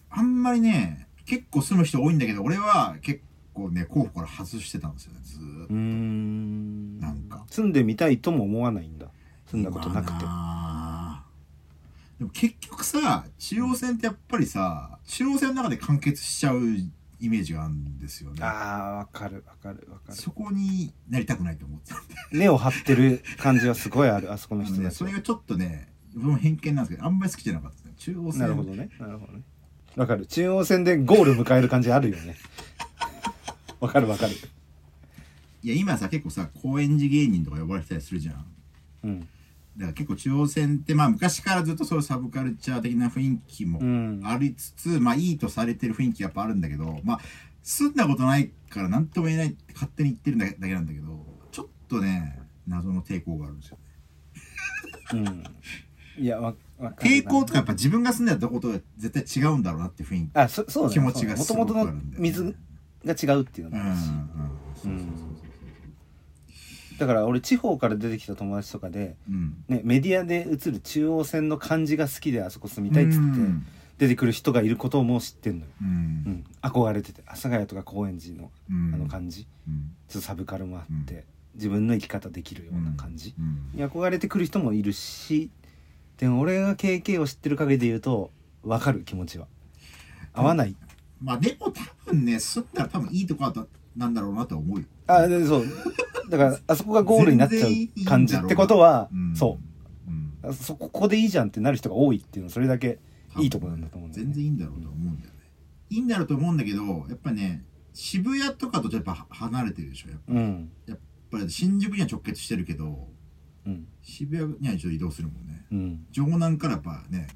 Speaker 1: あんまりね結構住む人多いんだけど俺は結こうね候補から外してたんですよねずーっ
Speaker 2: う
Speaker 1: と
Speaker 2: ーん
Speaker 1: なんか
Speaker 2: 住んでみたいとも思わないんだ住んだことなくて
Speaker 1: まあなでも結局さ中央線ってやっぱりさ中央線の中で完結しちゃうイメージがあるんですよね
Speaker 2: あーわかるわかるわか
Speaker 1: そこになりたくないと思ってたんで
Speaker 2: る根を張ってる感じはすごいあるあそこの
Speaker 1: あの
Speaker 2: 人
Speaker 1: ね
Speaker 2: た ち
Speaker 1: そ
Speaker 2: は
Speaker 1: れがちょっとね僕も偏見なんですけどあんまり好きじゃなかったですね中央線
Speaker 2: なるほどねなるほどねわかる中央線でゴール迎える感じあるよね わかるわかる
Speaker 1: いや今さ結構さ高円寺芸人とか呼ばれてたりするじゃん
Speaker 2: うん
Speaker 1: だから結構中央線ってまあ昔からずっとそういうサブカルチャー的な雰囲気も
Speaker 2: うん
Speaker 1: ありつつ、まあいいとされてる雰囲気やっぱあるんだけどまあ住んだことないから何とも言えないって勝手に言ってるだけだけなんだけどちょっとね謎の抵抗があるんですよね
Speaker 2: うんいやわわかるな
Speaker 1: 抵抗とかやっぱ自分が住んでたとことは絶対違うんだろうなっていう雰囲気
Speaker 2: あそそうだ
Speaker 1: 気持ちが
Speaker 2: も
Speaker 1: す
Speaker 2: と
Speaker 1: ご
Speaker 2: も
Speaker 1: く
Speaker 2: と
Speaker 1: あ
Speaker 2: の
Speaker 1: るんだよね
Speaker 2: 水が違うっていうの
Speaker 1: う
Speaker 2: も
Speaker 1: ん
Speaker 2: あるし、
Speaker 1: うんうんそうそうそう
Speaker 2: だから俺地方から出てきた友達とかで、
Speaker 1: そううん
Speaker 2: ね、メディアで映る中央線の感じが好きであそこ住みたいっつっ
Speaker 1: う
Speaker 2: て
Speaker 1: ん
Speaker 2: 出てくる人がいることをもう知ってんのよ、
Speaker 1: う
Speaker 2: うんん、憧れてて阿佐ヶ谷とか高円寺の
Speaker 1: うん
Speaker 2: あの感じ
Speaker 1: うん
Speaker 2: ちょっとサブカルもあって、自分の生き方できるような感じ
Speaker 1: うん
Speaker 2: に憧れてくる人もいるしでも俺が KK を知ってる限りで言うと分かる気持ちは合わない
Speaker 1: まあでも多分ね住んだら多分いいとこだったなんだろうなとは思うよ
Speaker 2: あでそうだからあそこがゴールになっちゃう感じってことは
Speaker 1: うん、
Speaker 2: そう
Speaker 1: ん、
Speaker 2: うあそこここでいいじゃんってなる人が多いっていうのはそれだけいいとこなんだと思うんだよ
Speaker 1: 全
Speaker 2: ね
Speaker 1: 然いいんだろうと思うんだよね、いいんだろうと思うんだけどやっぱね渋谷とかとやっぱ離れてるでしょやっ
Speaker 2: うん
Speaker 1: ぱり新宿には直結してるけど
Speaker 2: うん
Speaker 1: 渋谷には一応移動するもんね
Speaker 2: うん
Speaker 1: 城南からやっぱね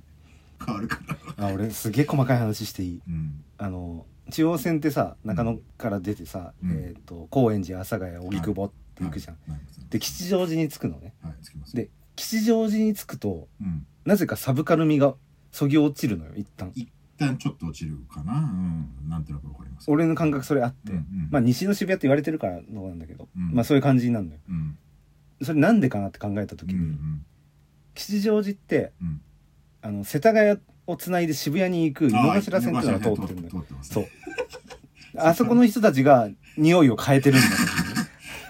Speaker 1: 変わるから
Speaker 2: あ俺すげえ細かい話していい
Speaker 1: うん
Speaker 2: あの中央線ってさ中野から出てさ、
Speaker 1: うん
Speaker 2: えっ、と高円寺阿佐ヶ谷荻窪って行くじゃん、
Speaker 1: はい
Speaker 2: で吉祥寺に着くのね
Speaker 1: はいつきます
Speaker 2: で吉祥寺に着くと
Speaker 1: うん
Speaker 2: なぜかサブカル味がそぎ落ちるのよ一旦
Speaker 1: 一旦ちょっと落ちるかなうんなんとなくわかります
Speaker 2: 俺の感覚それあって、
Speaker 1: うんうん
Speaker 2: まあ西の渋谷って言われてるからのなんだけど、
Speaker 1: うん
Speaker 2: まあそういう感じになるのよ
Speaker 1: うん
Speaker 2: それなんでかなって考えた
Speaker 1: うん
Speaker 2: 時
Speaker 1: う
Speaker 2: に、
Speaker 1: ん
Speaker 2: 吉祥寺って
Speaker 1: うん
Speaker 2: あの世田谷をつないで渋谷に行く井の頭線っていうのが通ってるの
Speaker 1: あー井の頭線通
Speaker 2: よ
Speaker 1: ってます
Speaker 2: そ
Speaker 1: ね
Speaker 2: うあそこの人たちが匂いを変えてるんだよ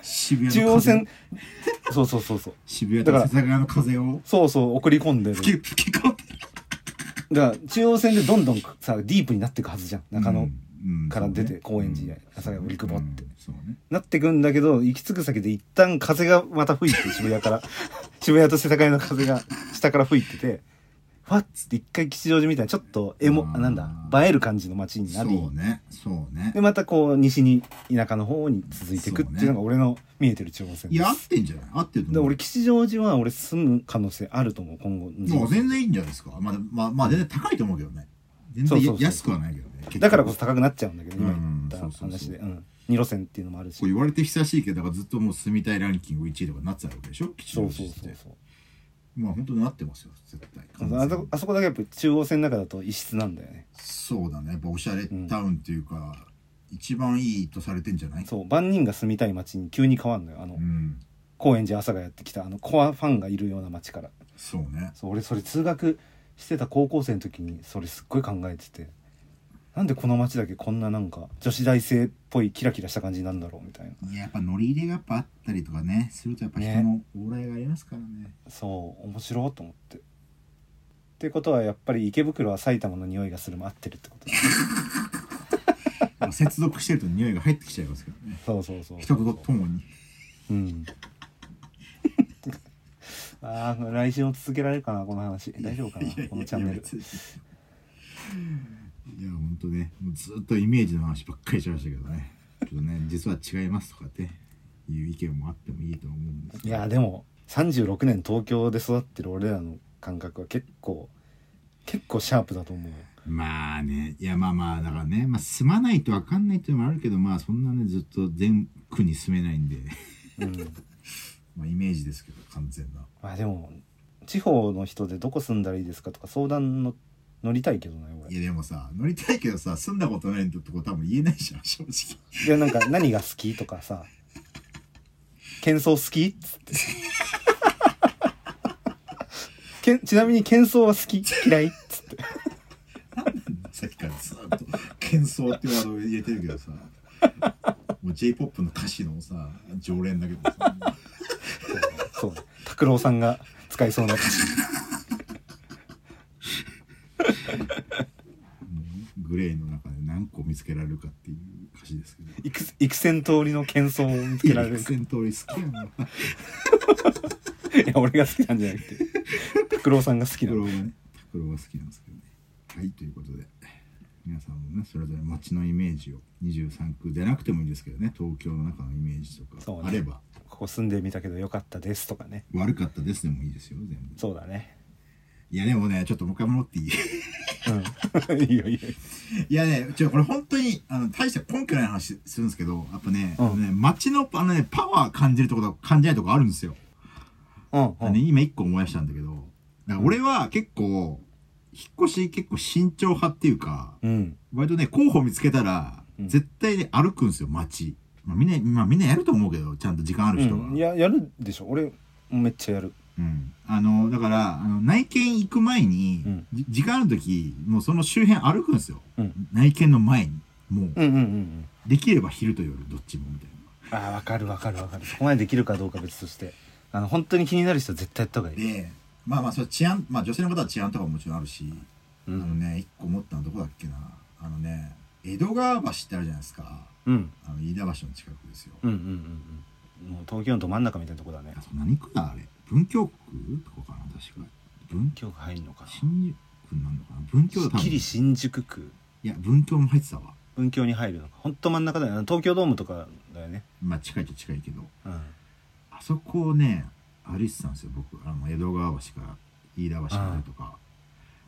Speaker 1: 渋谷
Speaker 2: 中
Speaker 1: の
Speaker 2: 央
Speaker 1: 風
Speaker 2: 線 そうそうそうそう
Speaker 1: 渋谷と
Speaker 2: だか
Speaker 1: 世
Speaker 2: ら
Speaker 1: 田谷の風を
Speaker 2: そうそう送り込んでる
Speaker 1: 吹き吹き込んで
Speaker 2: だから中央線でどんどんさディープになっていくはずじゃん中野
Speaker 1: うん
Speaker 2: から出て
Speaker 1: うん
Speaker 2: 高円寺や阿佐ヶ谷荻窪っ
Speaker 1: う
Speaker 2: て
Speaker 1: んそうね
Speaker 2: なってくんだけど行き着く先で一旦風がまた吹いて渋谷から 渋谷と世田谷の風が下から吹いててファッつって一回吉祥寺みたいなちょっとエモ
Speaker 1: あー
Speaker 2: あなんだ映える感じの街になり
Speaker 1: そうねそうね
Speaker 2: でまたこう西に田舎の方に続いていくっていうのが俺の見えてる中央線
Speaker 1: い
Speaker 2: です
Speaker 1: や合ってんじゃない合ってると
Speaker 2: で
Speaker 1: 思う
Speaker 2: 俺吉祥寺は俺住む可能性あると思う今後の人生
Speaker 1: もう全然いいんじゃないですかまあまあまあ全然高いと思うけどね全
Speaker 2: そうそ
Speaker 1: 然
Speaker 2: うそう
Speaker 1: 安くはないけどね
Speaker 2: だからこ
Speaker 1: 結
Speaker 2: そ高くなっちゃうんだけど今
Speaker 1: うん
Speaker 2: 言った
Speaker 1: そうそう
Speaker 2: 話
Speaker 1: そう
Speaker 2: でうん二路線っていうのもあるし
Speaker 1: 構言われて久しいけどだからずっともう住みたいランキング1位とかになってたわけでしょ吉
Speaker 2: そ
Speaker 1: 祥
Speaker 2: うそう
Speaker 1: 寺っ
Speaker 2: そう
Speaker 1: て
Speaker 2: そう
Speaker 1: まあ本当になってますよ絶対
Speaker 2: あのあそこあそこだけやっぱ中央線の中だと異質なんだよね
Speaker 1: そうだねやっぱおしゃれタウンっていうか一番いいとされてんじゃない
Speaker 2: そう万人が住みたい街に急に変わんのよあの
Speaker 1: うん
Speaker 2: 高円寺阿佐ヶ谷ってきたあのコアファンがいるような街から
Speaker 1: そうね
Speaker 2: そう俺それ通学してた高校生の時にそれすっごい考えててなんでこの街だけこんななんか女子大生っぽいキラキラした感じになんだろうみたいない
Speaker 1: ややっぱ乗り入れがやっぱあったりとかねするとやっぱ人の往来がありますからね
Speaker 2: そう面白いと思ってってことはやっぱり池袋は埼玉の匂いがするも合ってるってことだ
Speaker 1: まあ接続してると匂いが入ってきちゃいますけどね
Speaker 2: そうそうそう
Speaker 1: 人とともに
Speaker 2: うん。ああ、来週も続けられるかな、この話。大丈夫か
Speaker 1: いやい やい
Speaker 2: な、
Speaker 1: や
Speaker 2: このチャンネル
Speaker 1: 別。にいやほんとねもうずっとイメージの話ばっかりしましたけどねちょっとね実は違いますとかっていう意見もあってもいいと思うんです
Speaker 2: い
Speaker 1: けど
Speaker 2: や、でも、36年東京で育ってる俺らの感覚は結構、結構シャープだと思うよ。
Speaker 1: まあねいやまあまあだからね、まあ、住まないと分かんないっていうのもあるけどまあそんなねずっと全区に住めないんで
Speaker 2: うん。
Speaker 1: まあイメージですけど完全な
Speaker 2: まあでも、地方の人でどこ住んだらいいですかとか相談の乗りたいけどね、
Speaker 1: い
Speaker 2: 俺。
Speaker 1: やでもさ乗りたいけどさ住んだことないとこ多分言えないじゃん正直
Speaker 2: いや、なんか何が好きとかさ、喧騒好きっつって。けんちなみに喧騒は好き嫌いっつって。
Speaker 1: さっきからずっと「喧騒」ってワードを入れてるけどさもう J-POP の歌詞のさ常連だけどさ
Speaker 2: そう拓郎さんが使いそうな歌詞
Speaker 1: うんグレイの中で何個見つけられるかっていう歌詞ですけど
Speaker 2: 幾幾千通りの喧騒を見つけられる
Speaker 1: いや戦闘に好きやな
Speaker 2: いや俺が好きなんじゃなくて拓郎さんが好きな
Speaker 1: 拓郎が
Speaker 2: の
Speaker 1: ね拓郎が好きなんですけどねはいということで皆さんもねそれぞれ街のイメージを23区じゃなくてもいいんですけどね東京の中のイメージとか
Speaker 2: そうね
Speaker 1: あれば、
Speaker 2: ここ住んでみたけどよかったですとかね
Speaker 1: 悪かったですでもいいですよ全部
Speaker 2: そうだね
Speaker 1: いやでもねちょっともう一回戻っていい
Speaker 2: うんいいよいいよ
Speaker 1: いやねちょこれ本当にあの大した根拠ない話するんですけどやっぱね,、
Speaker 2: うん
Speaker 1: あのね街のあのねパワー感じるところと感じないとこあるんですよ
Speaker 2: うん
Speaker 1: あのね今一個思い出したんだけどなんか俺は結構引っ越し結構慎重派っていうか
Speaker 2: うん
Speaker 1: 割とね候補見つけたら、
Speaker 2: うん
Speaker 1: 絶対ね歩くんですよ街、まあ、みんな、まあ、みんなやると思うけどちゃんと時間ある人は、う
Speaker 2: うん
Speaker 1: ん
Speaker 2: ややるでしょ俺めっちゃやる
Speaker 1: あのだからあの内見行く前に、
Speaker 2: うん
Speaker 1: じ時間ある時もうその周辺歩くんですよ、
Speaker 2: うん
Speaker 1: 内見の前にもう、
Speaker 2: うんうんうんうん
Speaker 1: できれば昼と夜どっちもみたいな
Speaker 2: あーわかるわかるわかるそこまでできるかどうか別としてあの本当に気になる人は絶対やった方がいい、
Speaker 1: でまあまあそれ治安まあ女性の方は治安とかももちろんあるし、
Speaker 2: う
Speaker 1: あの
Speaker 2: ん、
Speaker 1: ね一個思ったのどこだっけなあのね江戸川橋ってあるじゃないですか
Speaker 2: うん
Speaker 1: あの飯田橋の近くですよ、
Speaker 2: うんうんうんうんもう東京のど真ん中みたいなとこだね
Speaker 1: あそこ何区だあれ文京区とかかな確か文
Speaker 2: 今日が入るのかな
Speaker 1: 新宿区になるのかな文京だ
Speaker 2: すっ
Speaker 1: 多分
Speaker 2: きり
Speaker 1: い
Speaker 2: 新宿区
Speaker 1: や文京も入ってたわ
Speaker 2: 文京に入るのかほんと真ん中だよねあの東京ドームとかだよね
Speaker 1: まあ近いと近いけど
Speaker 2: うん
Speaker 1: あそこをね歩いてたんですよ僕あの江戸川橋から飯田橋からとか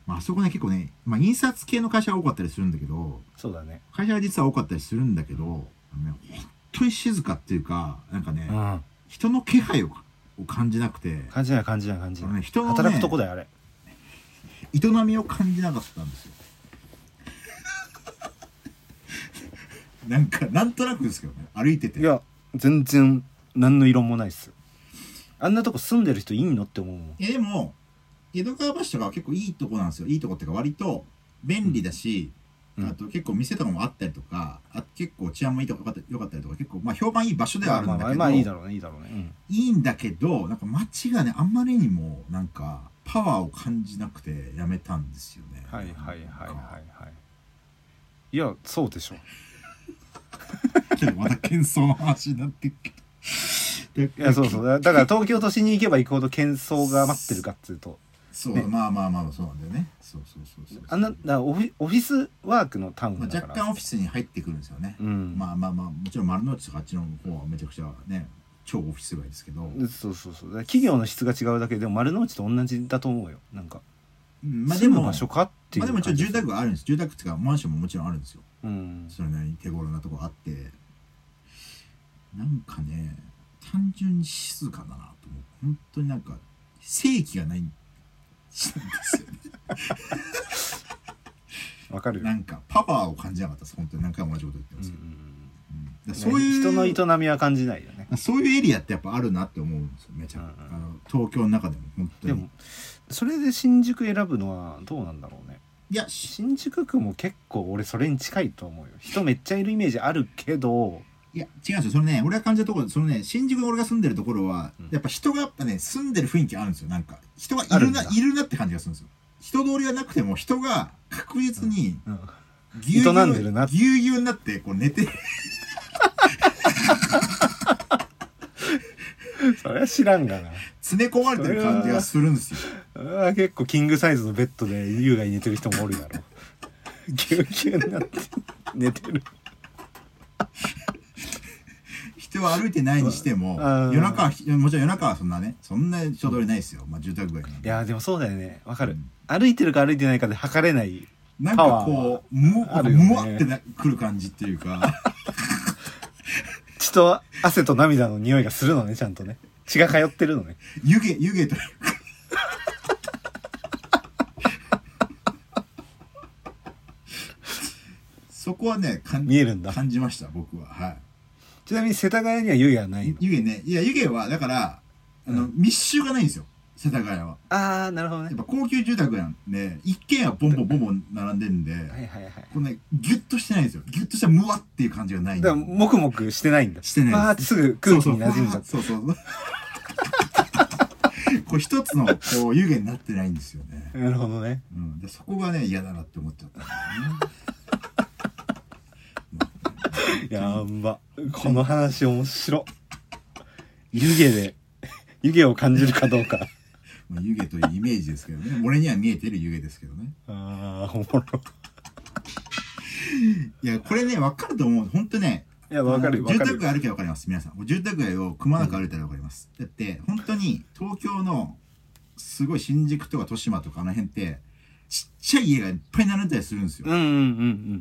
Speaker 1: まああそこね結構ね、まあ、印刷系の会社が多かったりするんだけど
Speaker 2: そうだね
Speaker 1: 会社が実は多かったりするんだけどあのね本当に静かっていうかなんかね、
Speaker 2: うん
Speaker 1: 人の気配をを感じなくて
Speaker 2: 感じない感じない感じ
Speaker 1: あの
Speaker 2: な
Speaker 1: ね
Speaker 2: い
Speaker 1: 人のね
Speaker 2: 働くとこだよあれ
Speaker 1: 営みを感じなかったんですよ なんかなんとなくですけどね歩いてて
Speaker 2: いや全然何の異論もないっすあんなとこ住んでる人いいのって思うもん
Speaker 1: いやでも江戸川橋とかは結構いいとこなんですよいいとこっていうか割と便利だし、
Speaker 2: うん
Speaker 1: あと結構店とかもあったりとかあ結構治安もいいとこよかったよかったりとか結構まあ評判いい場所ではあるんだけど、
Speaker 2: まあ、まあいいだろうねいいだろうね、うん
Speaker 1: いいんだけどなんか街がねあんまりにもなんかパワーを感じなくてやめたんですよね
Speaker 2: はいはいはいはい
Speaker 1: なんか
Speaker 2: はいいやそうでしょ
Speaker 1: けどまた喧騒の話になってっけど
Speaker 2: いやそうそうだだから東京都心に行けば行くほど喧騒が待ってるかっつうと
Speaker 1: そう、
Speaker 2: ね
Speaker 1: まあまあまあそうなんだよねそうそうそうそう
Speaker 2: あんなだからオフィオフィスワークのタウン
Speaker 1: まあ、
Speaker 2: だ
Speaker 1: 若
Speaker 2: から、
Speaker 1: 干オフィスに入ってくるんですよね、
Speaker 2: うん
Speaker 1: まあまあまあもちろん丸の内とかあっちの方はめちゃくちゃね超オフィス街ですけど、
Speaker 2: でそうそうそうだから企業の質が違うだけでも丸の内と同じだと思うよなんか、
Speaker 1: うんまあで
Speaker 2: 住む
Speaker 1: も
Speaker 2: 場所かってい
Speaker 1: ま
Speaker 2: う
Speaker 1: あでもちょっと住宅
Speaker 2: が
Speaker 1: があるんです住宅っていうかマンションももちろんあるんですよ
Speaker 2: うん
Speaker 1: それなりに手頃なとこあってなんかね単純に静かだなと思う本当になんか正気がないんですよね
Speaker 2: わかるよ、
Speaker 1: なんかパワーを感じなかったです本当に何回も同じこと言ってま
Speaker 2: うんう
Speaker 1: す
Speaker 2: ん
Speaker 1: けど、うんだ
Speaker 2: うん、
Speaker 1: からそういう、
Speaker 2: ね人の営みは感じないよね
Speaker 1: そういうエリアってやっぱあるなって思うんですよめちゃくちゃ、
Speaker 2: うんうん
Speaker 1: あの東京の中でも本当
Speaker 2: で
Speaker 1: に
Speaker 2: もそれで新宿選ぶのはどうなんだろうね
Speaker 1: いやし
Speaker 2: 新宿区も結構俺それに近いと思うよ人めっちゃいるイメージあるけど
Speaker 1: いや違うんですよそのね俺が感じたところそのね新宿の俺が住んでるところは、
Speaker 2: うん
Speaker 1: やっぱ人がやっぱね住んでる雰囲気あるんですよなんか人がい
Speaker 2: ある
Speaker 1: る
Speaker 2: んだ
Speaker 1: ないるなって感じがするんですよ人通りがなくても人が確実に
Speaker 2: うん
Speaker 1: ぎゅうぎゅう
Speaker 2: 営んでるな
Speaker 1: ぎゅうぎゅうになってこう寝て
Speaker 2: それは知らんがな
Speaker 1: 詰め込まれてる感じがするんですよ
Speaker 2: うわ結構キングサイズのベッドで優雅に寝てる人もおるやろぎゅうぎゅうになって寝てる
Speaker 1: 人は歩いてないにしても
Speaker 2: うん
Speaker 1: 夜中はひもちろん夜中はそんなねそんな人通りないですよ、まあ、住宅街なん
Speaker 2: い
Speaker 1: で
Speaker 2: やでもそうだよねわかる、
Speaker 1: うん
Speaker 2: 歩いてるか歩いてないかで測れない
Speaker 1: なんか
Speaker 2: パワー
Speaker 1: こうむ
Speaker 2: あるよね
Speaker 1: むわってなくる感じっていうか
Speaker 2: 血と汗と涙の匂いがするのねちゃんとね血が通ってるのね
Speaker 1: 湯気湯気というか そこはね感
Speaker 2: 見えるんだ
Speaker 1: 感じました僕はは
Speaker 2: ちなみに世田谷には優雅はいないい
Speaker 1: 湯気ねいや湯気はだからあの、密集がないんですよ世田谷は
Speaker 2: ああなるほど
Speaker 1: やっ
Speaker 2: ね
Speaker 1: ぱ高級住宅なんで一軒家ボンボンボンボン並んでるんで、
Speaker 2: はいはいはい
Speaker 1: このねギュッとしてないんですよギュッとしたムワっていう感じがないん
Speaker 2: だ
Speaker 1: で
Speaker 2: からもくもくしてないんだ
Speaker 1: してないです
Speaker 2: バーってすぐ空気に馴染んじゃって
Speaker 1: そう そうそうそうこう一つのこう湯気になってないんですよね、
Speaker 2: なるほどね
Speaker 1: うん、でそこがね嫌だなって思っちゃったんだよね
Speaker 2: やんば この話面白湯気 で湯気を感じるかどうか
Speaker 1: まあ、湯気というイメージですけどね俺には見えてる湯気ですけどね
Speaker 2: ああおもろ
Speaker 1: いやこれね分かると思う本当ね
Speaker 2: いやわかる
Speaker 1: あの
Speaker 2: わか
Speaker 1: 住宅
Speaker 2: る
Speaker 1: 街歩けば分かります皆さん住宅街をくまなく歩いたら分かります、だって本当に東京のすごい新宿とか豊島とかあの辺ってちっちゃい家がいっぱい並んでたりするんですよ、
Speaker 2: うんうんうんう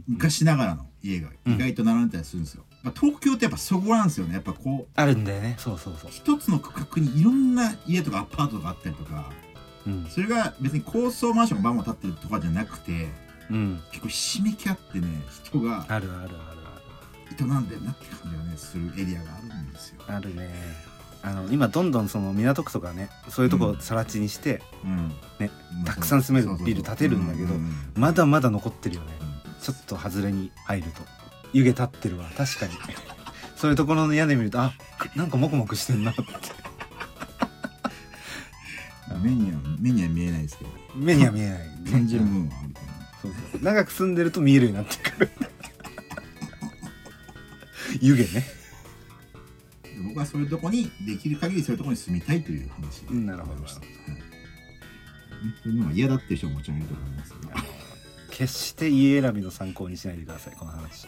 Speaker 2: ん
Speaker 1: 昔ながらの家が意外と並んでたりするんですよ、まあ、東京ってやっぱそこなんですよねやっぱこう
Speaker 2: あるんだよねそうそうそう
Speaker 1: 一つの区画にいろんな家とかアパートがあったりとか
Speaker 2: うん
Speaker 1: それが別に高層マンションがバンバン建ってるとかじゃなくて
Speaker 2: うん
Speaker 1: 結構ひしめき合ってね人が
Speaker 2: あるあるある
Speaker 1: 営んでるなって感じがねするエリアがあるんですよ、
Speaker 2: あるあるねあの今どんどんその港区とかねそういうとこをさら地にして、
Speaker 1: うん
Speaker 2: ね
Speaker 1: まあ
Speaker 2: たくさん住めるビル建てるんだけど
Speaker 1: うううん
Speaker 2: まだまだ残ってるよね
Speaker 1: うん
Speaker 2: ちょっと外れに入ると湯気立ってるわ確 かにそういうところの屋根見るとあなんかモクモクして んなって
Speaker 1: 目には目には見えないですけど
Speaker 2: 目には見えない
Speaker 1: 感じる部分はあるかな
Speaker 2: そうそう長く住んでると見えるようになってくる湯気ね、
Speaker 1: で僕はそういうとこにできる限りそういうとこに住みたいという話で
Speaker 2: うんなるほど
Speaker 1: ございました、はい、そういうのは嫌だっていう人ももちろんいると思いますけど
Speaker 2: 決して家選びの参考にしないでくださいこの話